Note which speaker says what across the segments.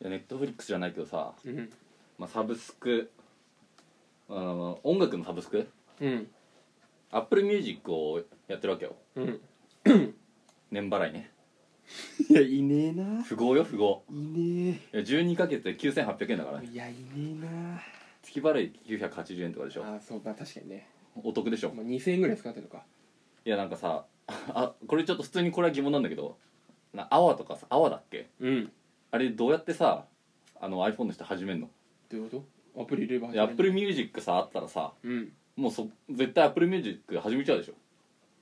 Speaker 1: いやネットフリックスじゃないけどさ、
Speaker 2: うん
Speaker 1: まあ、サブスクあの音楽のサブスク
Speaker 2: うん
Speaker 1: アップルミュージックをやってるわけよ
Speaker 2: うん
Speaker 1: 年払いね
Speaker 2: いやいねえな
Speaker 1: 富豪よ富豪
Speaker 2: いね
Speaker 1: いや12ヶ月で9800円だからね
Speaker 2: いやいねえな
Speaker 1: 月払い980円とかでしょ
Speaker 2: ああそうか確かにね
Speaker 1: お得でしょ
Speaker 2: もう2000円ぐらい使ってるのか
Speaker 1: いやなんかさあこれちょっと普通にこれは疑問なんだけどなアワとかさアワだっけ
Speaker 2: うん
Speaker 1: あれどうやってさあの iPhone の人始めんの
Speaker 2: どういうことアプリ入れれば
Speaker 1: いやアップル
Speaker 2: ミ
Speaker 1: ミュージックさあったらさ
Speaker 2: うん
Speaker 1: もうそ絶対アップルミュージック始めちゃうでし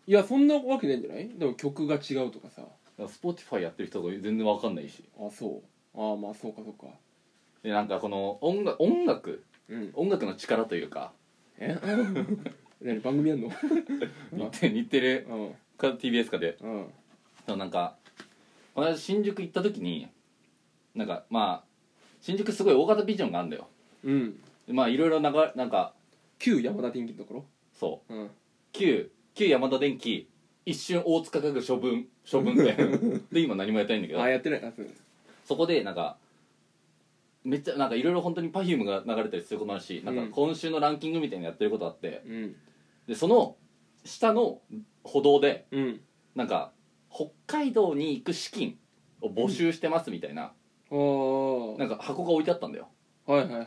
Speaker 2: いやそんなわけないんじゃないでも曲が違うとかさ
Speaker 1: ょスポティファイやってる人が全然わかんないし
Speaker 2: あそうああまあそうかそうか
Speaker 1: でなんかこの音楽音楽
Speaker 2: うん
Speaker 1: 音楽の力というか
Speaker 2: え 何番組やんのうん
Speaker 1: 日テ日テレ
Speaker 2: うん
Speaker 1: か TBS かで
Speaker 2: うん
Speaker 1: でもなんかこの間新宿行った時になんかまあ新宿すごい大型ビジョンがあるんだよ
Speaker 2: うん
Speaker 1: でまあいろいろ流れなんか
Speaker 2: 旧山田電機のところ
Speaker 1: そう
Speaker 2: うん
Speaker 1: 旧旧山田電機一瞬大塚家具処分処分 店で今何もやってないんだけど
Speaker 2: あやってないあそう
Speaker 1: そこでなんかめっちゃなんかいろいろ本当に Perfume が流れたりすることもあるし、なん
Speaker 2: うん
Speaker 1: か今週のランキングみたいなのやってることあって
Speaker 2: うん
Speaker 1: でその下の歩道で
Speaker 2: うん
Speaker 1: なんか北海道に行く資金を募集してますみたいな、
Speaker 2: ああ
Speaker 1: なんか箱が置いてあったんだよ
Speaker 2: はいはいはい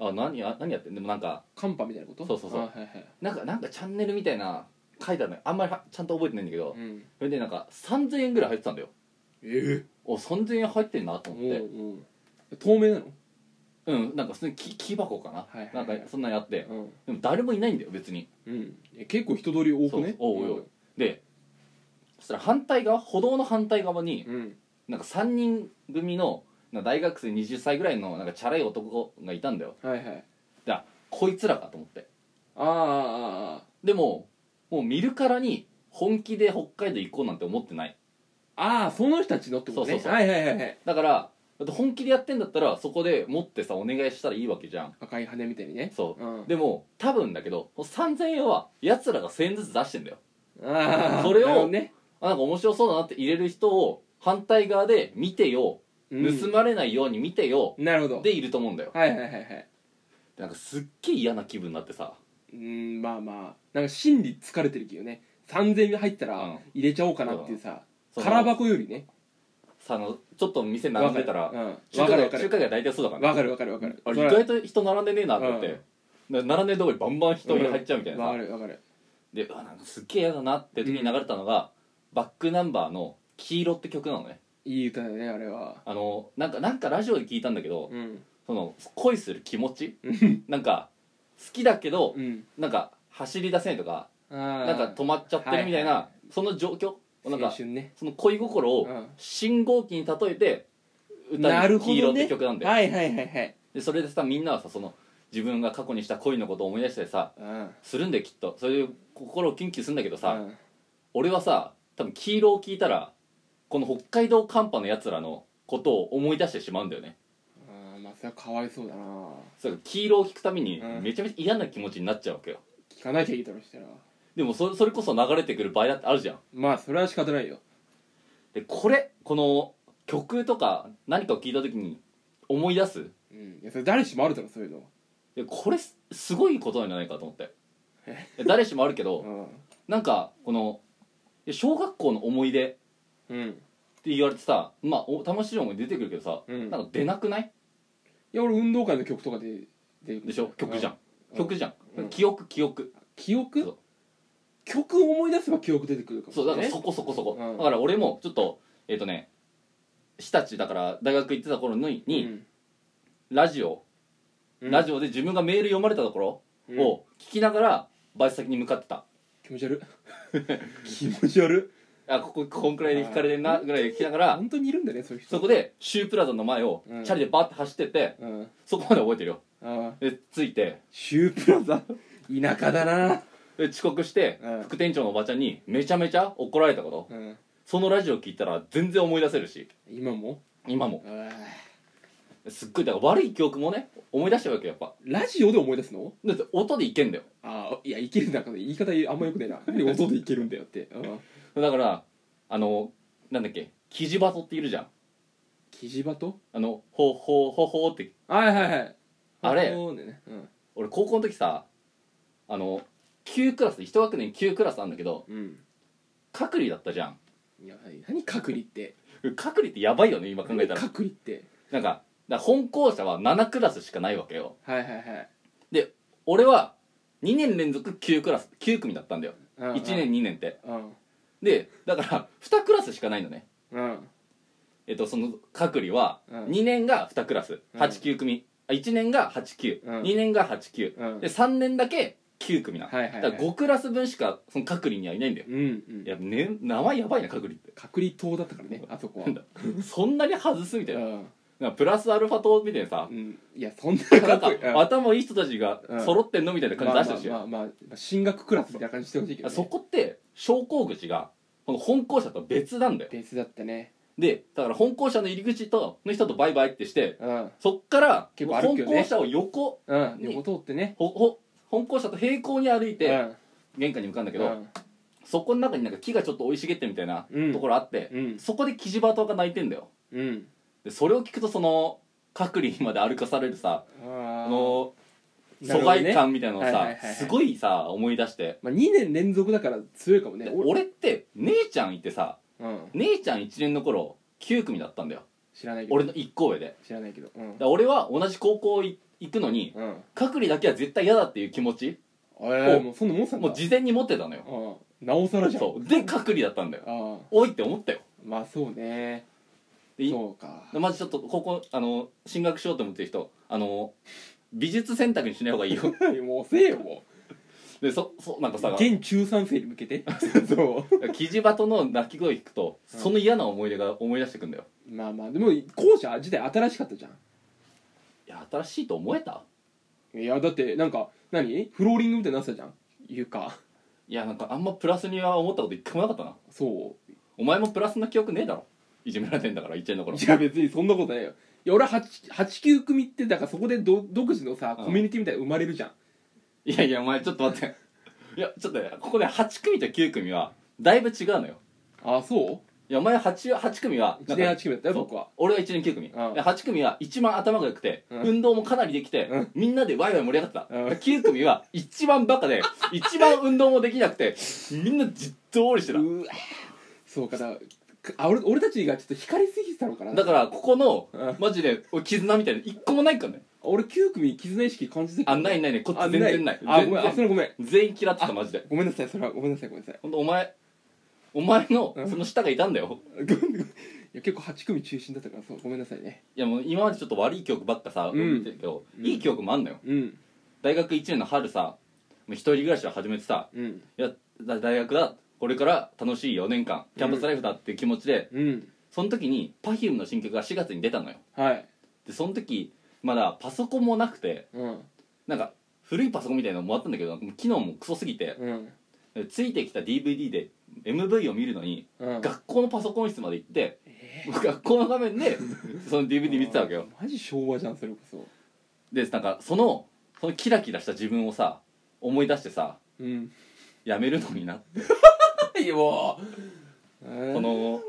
Speaker 1: あ何あ何やってんでもなんか
Speaker 2: カンパみたいなこと
Speaker 1: そうそうそう
Speaker 2: あはいはい
Speaker 1: なんかなんかチャンネルみたいな書いてあるのよあんまりはちゃんと覚えてないんだけど、
Speaker 2: うん
Speaker 1: それでなんか3000円ぐらい入ってたんだよ
Speaker 2: え
Speaker 1: お3000円入ってんなと
Speaker 2: え
Speaker 1: 思
Speaker 2: う
Speaker 1: って
Speaker 2: んうん透明なの
Speaker 1: うんなんか普通に木木箱かな、
Speaker 2: はいはい
Speaker 1: な
Speaker 2: は
Speaker 1: ん
Speaker 2: い
Speaker 1: かそんなにあって
Speaker 2: うん
Speaker 1: でも誰もいないんだよ別に
Speaker 2: うんえ結構人通り多くね
Speaker 1: そう多い多いでそしたら反対側歩道の反対側に
Speaker 2: うん
Speaker 1: なんか3人組のなんか大学生20歳ぐらいのなんかチャラい男がいたんだよ
Speaker 2: はいはい
Speaker 1: であこいつらかと思って
Speaker 2: ああああ
Speaker 1: でももう見るからに本気で北海道行こうなんて思ってない
Speaker 2: ああその人たちのってことね
Speaker 1: そうそうそう
Speaker 2: はいはいはいはい
Speaker 1: だからだって本気でやってんだったらそこで持ってさお願いしたらいいわけじゃん
Speaker 2: 赤い羽みたいにね
Speaker 1: そう、
Speaker 2: うん
Speaker 1: でも多分だけど3000円はやつらが1000円ずつ出してんだよ
Speaker 2: ああ
Speaker 1: それを
Speaker 2: なるほどね
Speaker 1: あなんか面白そうだなって入れる人を反対側で見てよ、
Speaker 2: うん
Speaker 1: 盗まれないように見てよ
Speaker 2: なるほど
Speaker 1: でいると思うんだよ
Speaker 2: はいはいはいはい
Speaker 1: なんかすっげえ嫌な気分になってさ
Speaker 2: うんまあまあなんか心理疲れてるけどね3000円入った
Speaker 1: うん
Speaker 2: ら入れちゃおうかなっていうさ
Speaker 1: その
Speaker 2: 空箱よりね
Speaker 1: さあのちょっと店並んでたら
Speaker 2: 分
Speaker 1: 中
Speaker 2: か
Speaker 1: 華街
Speaker 2: る分か
Speaker 1: 中
Speaker 2: る
Speaker 1: 華街大体そうだからね
Speaker 2: 分かる分かる分かる
Speaker 1: あ
Speaker 2: 分
Speaker 1: れ
Speaker 2: か
Speaker 1: 意
Speaker 2: る
Speaker 1: 外と人並んでねえなと思って、な並んでるとこにバンバン人入っちゃうみたいなさ、
Speaker 2: 分かる分かる
Speaker 1: でうわなんかすっげえ嫌だなって時に流れたのが、バックナンバーの「黄色」って曲なのね
Speaker 2: いい歌だねあれは
Speaker 1: あのなんかなんかラジオで聞いたんだけど、
Speaker 2: うん
Speaker 1: その恋する気持ちなんか好きだけど
Speaker 2: うん
Speaker 1: なんか走り出せないとか
Speaker 2: な
Speaker 1: なんか止まっちゃってるみたいな、
Speaker 2: は
Speaker 1: その状況なんか
Speaker 2: 青春ね
Speaker 1: その恋心を
Speaker 2: うん
Speaker 1: 信号機に例えて
Speaker 2: な
Speaker 1: 歌に
Speaker 2: るほ
Speaker 1: 黄
Speaker 2: どね
Speaker 1: 色って曲なんだよ、
Speaker 2: はいはいはいはい
Speaker 1: でそれでさみんなはさその自分が過去にした恋のことを思い出してさ
Speaker 2: うん
Speaker 1: するんだよきっとそれで心をキュンキュンするんだけどさ、
Speaker 2: うん
Speaker 1: 俺はさ多分黄色を聞いたらこの北海道寒波のやつらのことを思い出してしまうんだよね
Speaker 2: あーまあそれはかわいそうだな
Speaker 1: それ黄色を聞くために
Speaker 2: うん
Speaker 1: めちゃめちゃ嫌な気持ちになっちゃうわけよ
Speaker 2: 聞かなきゃいいだろうしたら
Speaker 1: でもそそれこそ流れてくる場合だってあるじゃん
Speaker 2: まあそれは仕方ないよ
Speaker 1: でこれこの曲とか何かを聞いた時に思い出す
Speaker 2: うんいやそれ誰しもあるだろそういうの
Speaker 1: でこれすすごいことなんじゃないかと思って誰しもあるけど
Speaker 2: う
Speaker 1: なんかこのいや小学校の思い出
Speaker 2: んうん
Speaker 1: って言われてさまあお楽しい思い出出てくるけどさ、
Speaker 2: うん
Speaker 1: なんか出なくない
Speaker 2: いや俺運動会の曲とかでで
Speaker 1: でしょ曲じゃん、
Speaker 2: うん
Speaker 1: 曲じゃん、
Speaker 2: うん
Speaker 1: 記憶記憶
Speaker 2: 記
Speaker 1: そ
Speaker 2: 憶
Speaker 1: う
Speaker 2: 曲を思い出せば記憶出てくるかも
Speaker 1: そうだから
Speaker 2: ね
Speaker 1: そこそこそこ、
Speaker 2: うん
Speaker 1: だから俺もちょっとえっ、とね日立だから大学行ってた頃にに、ラジオ、ラジオで自分がメール読まれたところ
Speaker 2: オ
Speaker 1: を聞きながらバイト先に向かってた、
Speaker 2: 気持 ち悪い気持ち悪い
Speaker 1: あこここんくらいで聞かれてんなぐらいで聞きながら
Speaker 2: 本当にいるんだねそういう人
Speaker 1: そこでシュープラザの前を
Speaker 2: うん
Speaker 1: チャリでバーって走ってって、
Speaker 2: うんあ
Speaker 1: そこまで覚えてるよ
Speaker 2: あ
Speaker 1: で着いて
Speaker 2: シュープラザ田舎だな
Speaker 1: で遅刻して、
Speaker 2: うん
Speaker 1: 副店長のおばちゃんにめちゃめちゃ怒られたこと
Speaker 2: うん
Speaker 1: そのラジオ聞いたら全然思い出せるし
Speaker 2: 今も
Speaker 1: 今もすっごいだから悪い記憶もね思い出しちゃうわけよやっぱ
Speaker 2: ラジオで思い出すの
Speaker 1: だって音でいけんだよ
Speaker 2: ああいやいけるんだから言い方あんまよくねえななんで音でいけるんだよってうん
Speaker 1: だからあのなんだっけキジバトっているじゃん
Speaker 2: キジバト
Speaker 1: あのほうほうほうほうって
Speaker 2: はいはいはい
Speaker 1: あれ
Speaker 2: そうね、うん
Speaker 1: 俺高校の時さあの9クラス1学年9クラスあるんだけど
Speaker 2: うん
Speaker 1: 隔離だったじゃん
Speaker 2: やばい何隔離って
Speaker 1: 隔離ってやばいよね今考えたら
Speaker 2: 隔離って
Speaker 1: なんかだから本校舎は7クラスしかないわけよ
Speaker 2: はいはいはい
Speaker 1: 俺は2年連続9クラス9組だったんだよ
Speaker 2: うんうん
Speaker 1: 1年2年って
Speaker 2: うん
Speaker 1: でだから2クラスしかないのね
Speaker 2: うん
Speaker 1: えっとその隔離は
Speaker 2: うん
Speaker 1: 2年が2クラス
Speaker 2: うん
Speaker 1: 89組1年が
Speaker 2: うん
Speaker 1: 892年が89
Speaker 2: うん
Speaker 1: で3年だけ9組なの
Speaker 2: はいはい
Speaker 1: だ
Speaker 2: は
Speaker 1: か
Speaker 2: い
Speaker 1: ら5クラス分しかその隔離にはいないんだよ
Speaker 2: うんうん
Speaker 1: いや、ね、名前やばいな隔離って
Speaker 2: 隔離島だったからねあそこは
Speaker 1: なんだそんなに外すみたいな
Speaker 2: うん
Speaker 1: なんかプラスアルファ党みたいなさ
Speaker 2: うんいやそんな
Speaker 1: なんか
Speaker 2: 隔離うん
Speaker 1: 頭いい人たちが
Speaker 2: うん
Speaker 1: 揃ってんのみたいな感じ出してほしい
Speaker 2: まあまあまあまあまあ進学クラスみたいな感じしてほしいけど、ね、
Speaker 1: そこって昇降口がこの本校舎とは別なんだよ
Speaker 2: 別だったね
Speaker 1: でだから本校舎の入り口との人とバイバイってして
Speaker 2: うん
Speaker 1: そっから
Speaker 2: 結構歩
Speaker 1: 本
Speaker 2: くよね
Speaker 1: 校舎を横
Speaker 2: うん
Speaker 1: ね
Speaker 2: 横通ってね
Speaker 1: ほほ本校舎と平行に歩いて
Speaker 2: うん
Speaker 1: 玄関に向かうんだけ
Speaker 2: う
Speaker 1: ど
Speaker 2: ん
Speaker 1: そこの中になんか木がちょっと生い茂ってるみたいな
Speaker 2: うん
Speaker 1: ところあって
Speaker 2: うん
Speaker 1: そこでキジバトが泣いてんだよ
Speaker 2: うん
Speaker 1: でそれを聞くとその隔離まで歩かされるさ
Speaker 2: あ
Speaker 1: あ
Speaker 2: ー
Speaker 1: の
Speaker 2: なる
Speaker 1: 疎
Speaker 2: ほどね
Speaker 1: 外感みたいなのをさ、
Speaker 2: はいはいはいはい
Speaker 1: すごいさ思い出して、
Speaker 2: まあ、2年連続だから強いかもね
Speaker 1: で俺って姉ちゃんいてさ
Speaker 2: うん、
Speaker 1: 姉ちゃん1年の頃9組だったんだよ
Speaker 2: 知らないけど
Speaker 1: 俺の1校上でだか
Speaker 2: 知らないけどうん、
Speaker 1: ら俺は同じ高校い行くのに
Speaker 2: うん、
Speaker 1: 隔離だけは絶対嫌だっていう気持ち
Speaker 2: えー
Speaker 1: お
Speaker 2: もうそんなもんさ
Speaker 1: もう
Speaker 2: じ
Speaker 1: 事前に持ってたのよ
Speaker 2: なおさらじゃん
Speaker 1: そうで隔離だったんだよ
Speaker 2: ああ
Speaker 1: おいって思ったよ
Speaker 2: まあそうね
Speaker 1: でい
Speaker 2: そうか
Speaker 1: まずちょっと高校あの進学しようと思ってる人あの美術選択にしない方がいい よ
Speaker 2: もうせえよも
Speaker 1: でそそなんか
Speaker 2: う
Speaker 1: さ
Speaker 2: 現中3生に向けて そ
Speaker 1: キジバトの鳴き声聞くとその嫌な思い出が思い出してくんだよ
Speaker 2: うまあまあでも校舎自体新しかったじゃん
Speaker 1: いや新しいと思えた
Speaker 2: いやだってなんか何フローリングみたいになってたじゃん床
Speaker 1: いやなんかあんまプラスには思ったこと一回もなかったな
Speaker 2: そ
Speaker 1: お前もプラスの記憶ねえだろいじめられてんだから一年の
Speaker 2: う
Speaker 1: 頃
Speaker 2: いや別にそんなことないよいや俺89組ってだからそこでど独自のさ
Speaker 1: うん
Speaker 2: コミュニティみたいなの生まれるじゃん
Speaker 1: いやいやお前ちょっと待っていやちょっとねここで8組と9組はだいぶ違うのよ
Speaker 2: ああそう
Speaker 1: いやお前 8, 8組はな
Speaker 2: 1
Speaker 1: んか
Speaker 2: 年8組だったよ
Speaker 1: そう
Speaker 2: 僕は
Speaker 1: 俺は1年9組、
Speaker 2: うん
Speaker 1: で8組は一番頭が良くて、
Speaker 2: うん
Speaker 1: 運動もかなりできて、
Speaker 2: うん
Speaker 1: みんなでワイワイ盛り上がってた、
Speaker 2: うん
Speaker 1: 9組は一番バカ で一番運動もできなくてみんなじっとりしてた
Speaker 2: うわそうかだからかあ俺俺たちがちょっと光りすぎてたのかな
Speaker 1: だからここの
Speaker 2: うん
Speaker 1: マジで俺絆みたいな一個もないからね
Speaker 2: 俺9組絆意識感じてた
Speaker 1: あないないないこっ
Speaker 2: あ
Speaker 1: ち全然ない
Speaker 2: あ
Speaker 1: 全
Speaker 2: ごめん
Speaker 1: 然
Speaker 2: あそれごめん
Speaker 1: 全員嫌ってたマジで
Speaker 2: ごめんなさいそれはごめんなさいごめんなさい
Speaker 1: ほんとお前お前の
Speaker 2: うん
Speaker 1: その下がいたんだよ
Speaker 2: ごめんごめんいや結構8組中心だったからそうごめんなさいね
Speaker 1: いやもう今までちょっと悪い記憶ばっかさ
Speaker 2: うん
Speaker 1: 見てるけど、
Speaker 2: うん
Speaker 1: いい記憶もあんのよ
Speaker 2: うん
Speaker 1: 大学1年の春さもう一人暮らしを始めてさ
Speaker 2: うん
Speaker 1: いやだ大学だこれから楽しい4年間キャンパスライフだっていう気持ちで、
Speaker 2: うん
Speaker 1: その時に Perfume の新曲が4月に出たのよ
Speaker 2: はい
Speaker 1: でその時まだパソコンもなくて
Speaker 2: うん
Speaker 1: なんか古いパソコンみたいなのもあったんだけどもう機能もクソすぎて
Speaker 2: うん
Speaker 1: でついてきた DVD で MV を見るのに
Speaker 2: うん
Speaker 1: 学校のパソコン室まで行って、学校の画面でその DVD 見てたわけよ
Speaker 2: マジ昭和じゃんそれこそ
Speaker 1: でなんかそのそのキラキラした自分をさ思い出してさ
Speaker 2: うん
Speaker 1: やめるのにな
Speaker 2: はいもう
Speaker 1: こ
Speaker 2: こ
Speaker 1: の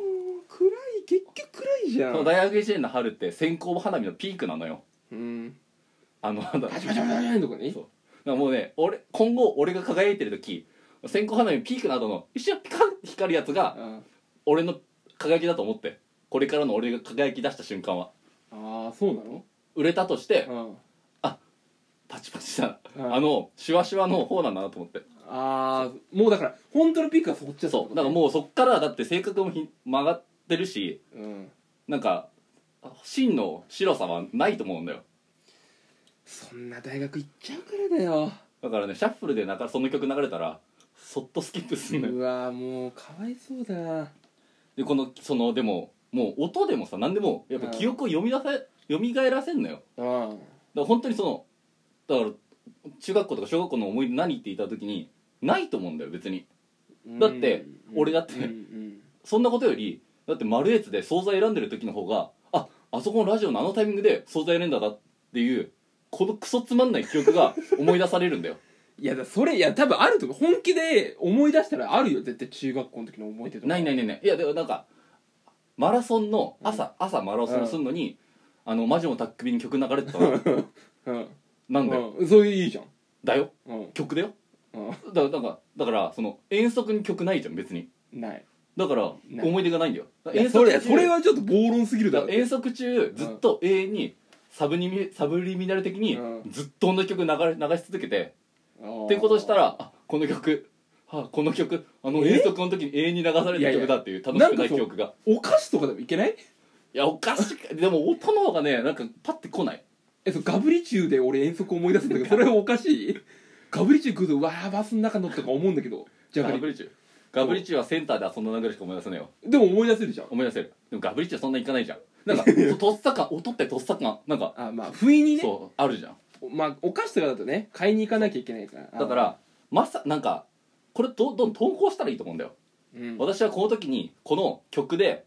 Speaker 2: 暗い結局暗いじゃ
Speaker 1: その
Speaker 2: ん
Speaker 1: 大学1年の春って線香花火のピークなのよ
Speaker 2: うん
Speaker 1: あのなんだ
Speaker 2: パチパチパチパチのとこね
Speaker 1: そうだからもうね俺今後俺が輝いてる時線香花火のピークなどの一瞬ピカッて光るやつが
Speaker 2: うん
Speaker 1: 俺の輝きだと思ってこれからの俺が輝き出した瞬間は
Speaker 2: ああそうなの
Speaker 1: 売れたとして
Speaker 2: うん
Speaker 1: パチパチした
Speaker 2: うん
Speaker 1: あのシュワシュワの方なんだなと思って
Speaker 2: ああもうだから本当のピークはそっちだ
Speaker 1: そうだからもうそっからだって性格もひ曲がってるし
Speaker 2: う、うん、
Speaker 1: なんか真の白さはないと思うんだよ
Speaker 2: そんな大学行っちゃうからだよ
Speaker 1: だからねシャッフルでなんかその曲流れたらそっとスキップするのよ
Speaker 2: うわーもうかわいそうだな
Speaker 1: でこのそのでももう音でもさ何でもやっぱ
Speaker 2: うん
Speaker 1: 記憶を読み出せ蘇らせんのよだか
Speaker 2: うん
Speaker 1: ら本当にそのだから中学校とか小学校の思い出何って言った時にないと思うんだよ別にだって
Speaker 2: うん
Speaker 1: 俺だって
Speaker 2: うんうん
Speaker 1: そんなことよりだってマルエツで惣菜選んでる時の方がああそこのラジオのあのタイミングで惣菜選んだなっていうこのクソつまんない記憶が 思い出されるんだよ
Speaker 2: いやだからそれいや多分あると思う本気で思い出したらあるよ絶対中学校の時の思い出とか
Speaker 1: ないないいないないいやでもなんかマラソンの朝、朝マラソンするのに、あの魔女の宅急便に曲流れてたの
Speaker 2: うん
Speaker 1: なんだよ、
Speaker 2: うんそういういいじゃん
Speaker 1: だよ
Speaker 2: うん
Speaker 1: 曲だよ
Speaker 2: う
Speaker 1: だだからだからその遠足に曲ないじゃん別に
Speaker 2: んない
Speaker 1: だから
Speaker 2: ない
Speaker 1: 思い出がないんだよだ
Speaker 2: い
Speaker 1: から
Speaker 2: やそれ
Speaker 1: 中
Speaker 2: それはちょっと暴論すぎるだ
Speaker 1: だか
Speaker 2: ろ
Speaker 1: ら遠足中ずっと永遠にサブにみサブリミナル的に
Speaker 2: うん
Speaker 1: ずっと同じ曲流れ流し続けて
Speaker 2: っ
Speaker 1: っていうことしたらあこの曲あこの曲あの
Speaker 2: え
Speaker 1: 遠足の時に永遠に流され
Speaker 2: いや
Speaker 1: た
Speaker 2: い
Speaker 1: 曲
Speaker 2: や
Speaker 1: だっていう楽
Speaker 2: な
Speaker 1: しく
Speaker 2: ん
Speaker 1: な
Speaker 2: かそう
Speaker 1: い記憶が
Speaker 2: お菓子とかでもいけない
Speaker 1: いやおかしくでも音の方がねなんかパッて来ない
Speaker 2: えそうガブリチューで俺遠足思い出すんだけどそれはおかしいガブリチュー食うとうわーバスの中のとか思うんだけどじゃあ
Speaker 1: ガブリチュガブリチュはセンターで遊んだなぐらいしか思い出せないよ
Speaker 2: でも思い出せるじゃん
Speaker 1: 思い出せるでもガブリチュはそんなにいかないじゃんなん かそうとっさか音ってとっさかなんか
Speaker 2: あまあ不意にね
Speaker 1: そうあるじゃん
Speaker 2: まあお菓子とかだとね買いに行かなきゃいけないから
Speaker 1: だからまさなんかこれどどん投稿したらいいと思うんだよ
Speaker 2: うん
Speaker 1: 私はこの時にこの曲で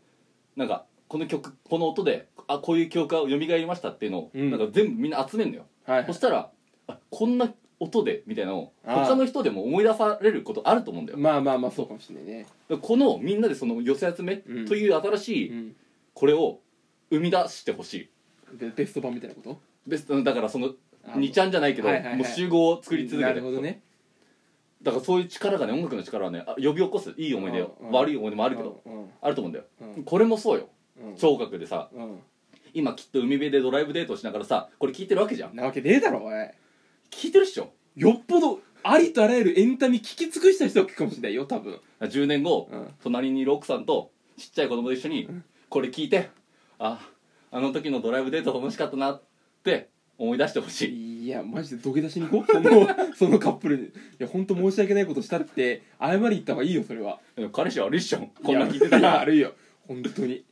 Speaker 1: なんかこの曲この音であこういう記憶が蘇りましたっていうのを、
Speaker 2: うん
Speaker 1: なんか全部みんな集めるのよ、
Speaker 2: はい
Speaker 1: そしたらあこんな音でみたいなのを
Speaker 2: あー
Speaker 1: 他の人でも思い出されることあると思うんだよ
Speaker 2: まあまあまあそうかもしれないね
Speaker 1: だからこのみんなでその寄せ集め
Speaker 2: うん
Speaker 1: という新し
Speaker 2: う
Speaker 1: い
Speaker 2: ん
Speaker 1: これを生み出してほしい
Speaker 2: ベベスト版みたいなこと
Speaker 1: ベストだからその
Speaker 2: あ
Speaker 1: 2ちゃんじゃないけど、
Speaker 2: はいはいはい
Speaker 1: もう集合を作り続け
Speaker 2: な
Speaker 1: て
Speaker 2: るほどね
Speaker 1: だからそういう力がね音楽の力はねあ呼び起こすいい思い出を
Speaker 2: うんうん
Speaker 1: 悪い思い出もあ
Speaker 2: あ
Speaker 1: るけど
Speaker 2: うん
Speaker 1: あると思うんだよ
Speaker 2: うん
Speaker 1: これもそうよ
Speaker 2: うん
Speaker 1: 聴覚でさ
Speaker 2: うん
Speaker 1: 今きっと海辺でドライブデートしながらさこれ聞いてるわけじゃん
Speaker 2: なわけねえだろおい
Speaker 1: 聞いてるっしょ
Speaker 2: よっぽどありとあらゆるエンタメ聞き尽くした人かもしれないよ多分
Speaker 1: 10年後、
Speaker 2: うん
Speaker 1: 隣にいる奥さんとちっちゃい子供と一緒にこれ聞いてああの時のドライブデート楽しかったなって思い出してほしい
Speaker 2: いやマジで土下座しに行こう そのそのカップルにいや本当申し訳ないことしたって謝り行った方がいいよそれは
Speaker 1: でも彼氏悪いっしょこんな聞いてた
Speaker 2: いや
Speaker 1: ら
Speaker 2: 悪いよ本当に